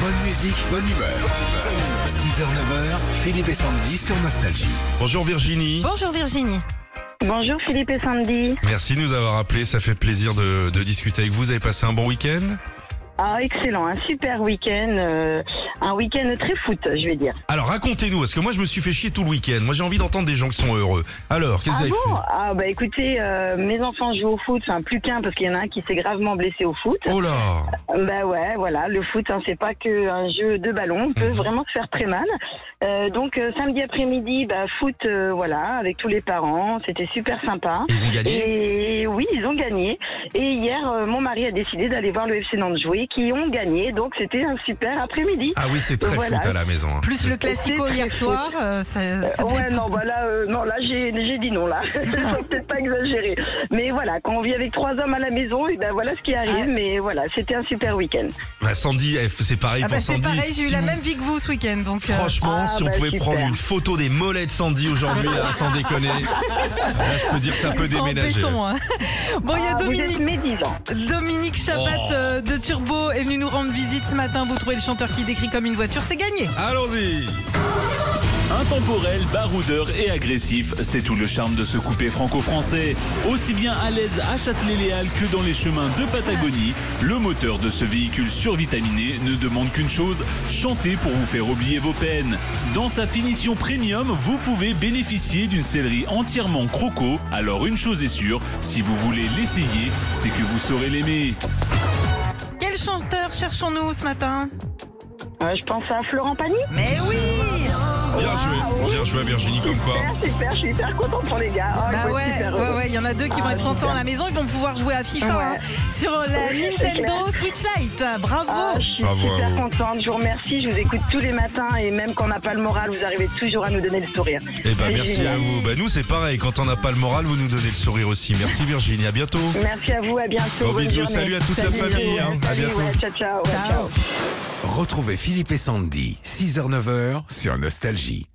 Bonne musique, bonne humeur. 6h, 9h, Philippe et Sandy sur Nostalgie. Bonjour Virginie. Bonjour Virginie. Bonjour Philippe et Sandy. Merci de nous avoir appelé, ça fait plaisir de, de discuter avec vous. Vous avez passé un bon week-end Ah, excellent, un super week-end, euh, un week-end très foot, je vais dire. Alors racontez-nous, parce que moi je me suis fait chier tout le week-end. Moi j'ai envie d'entendre des gens qui sont heureux. Alors, qu'est-ce que ah vous avez bon Ah bah écoutez, euh, mes enfants jouent au foot, enfin plus qu'un parce qu'il y en a un qui s'est gravement blessé au foot. fait Oh là Bah ouais, voilà, le foot, hein, c'est pas que un jeu de ballon, on Mhm. peut vraiment se faire très mal. Euh, donc euh, samedi après-midi, bah foot, euh, voilà, avec tous les parents, c'était super sympa. Ils ont gagné Et oui, ils ont gagné. Et hier, euh, mon mari a décidé d'aller voir le FC Nantes jouer, qui ont gagné. Donc c'était un super après-midi. Ah oui, c'est très Voilà. foot à la maison. hein. Plus le classico hier soir, euh, ça, ça devait Ouais, être- non, bah là, euh, non, là, j'ai, j'ai dit non, là. Faut peut-être pas exagérer. Mais voilà, quand on vit avec trois hommes à la maison, et ben voilà ce qui arrive. Mais voilà, c'était un super week-end. Bah, Sandy, eh, c'est pareil Ah bah, pour c'est Sandy. pareil, j'ai eu Si la vous- même vie que vous ce week-end. Donc, euh, Franchement, Ah, si on bah, pouvait super. prendre une photo des mollets de Sandy aujourd'hui, là, sans déconner, là, je peux dire que ça peut ils sont en déménager. béton, hein. Bon, il y a Ah, vous êtes Dominique, médisant. Dominique Chabat Oh. euh, de Turbo est venu nous rendre visite ce matin. Vous trouvez le chanteur qui décrit comme une voiture, c'est gagné. Allons-y Intemporel, baroudeur et agressif, c'est tout le charme de ce coupé franco-français. Aussi bien à l'aise à Châtelet-Léal que dans les chemins de Patagonie, le moteur de ce véhicule survitaminé ne demande qu'une chose, chanter pour vous faire oublier vos peines. Dans sa finition premium, vous pouvez bénéficier d'une sellerie entièrement croco, alors une chose est sûre, si vous voulez l'essayer, c'est que vous saurez l'aimer. Quel chanteur cherchons-nous ce matin Euh, je pense à Florent Pagny. Mais oui Bien joué, bien joué Virginie, comme quoi. Super, Ah, super, je suis hyper contente pour les gars. Oh, ils Bah vont être ouais, super ouais, heureux. ouais, il y en a deux qui vont Ah, être contents à la maison, ils vont pouvoir jouer à FIFA Ouais. hein, sur la Oui, c'est Nintendo Switch Lite. Bravo Ah, je suis Bravo à super vous. contente, je vous remercie, je vous écoute tous les matins et même quand on n'a pas le moral, vous arrivez toujours à nous donner le sourire. Eh ben C'est merci génial. à vous. Ben nous c'est pareil, quand on n'a pas le moral, vous nous donnez le sourire aussi. Merci Virginie, à bientôt. Merci à vous, à bientôt. Gros bonne bisous, journée. salut à toute la Salut, famille, hein, à salut, bientôt. ouais, ciao, ciao, ouais, Ciao. ciao. Retrouvez Philippe et Sandy, 6h, 9h sur Nostalgie.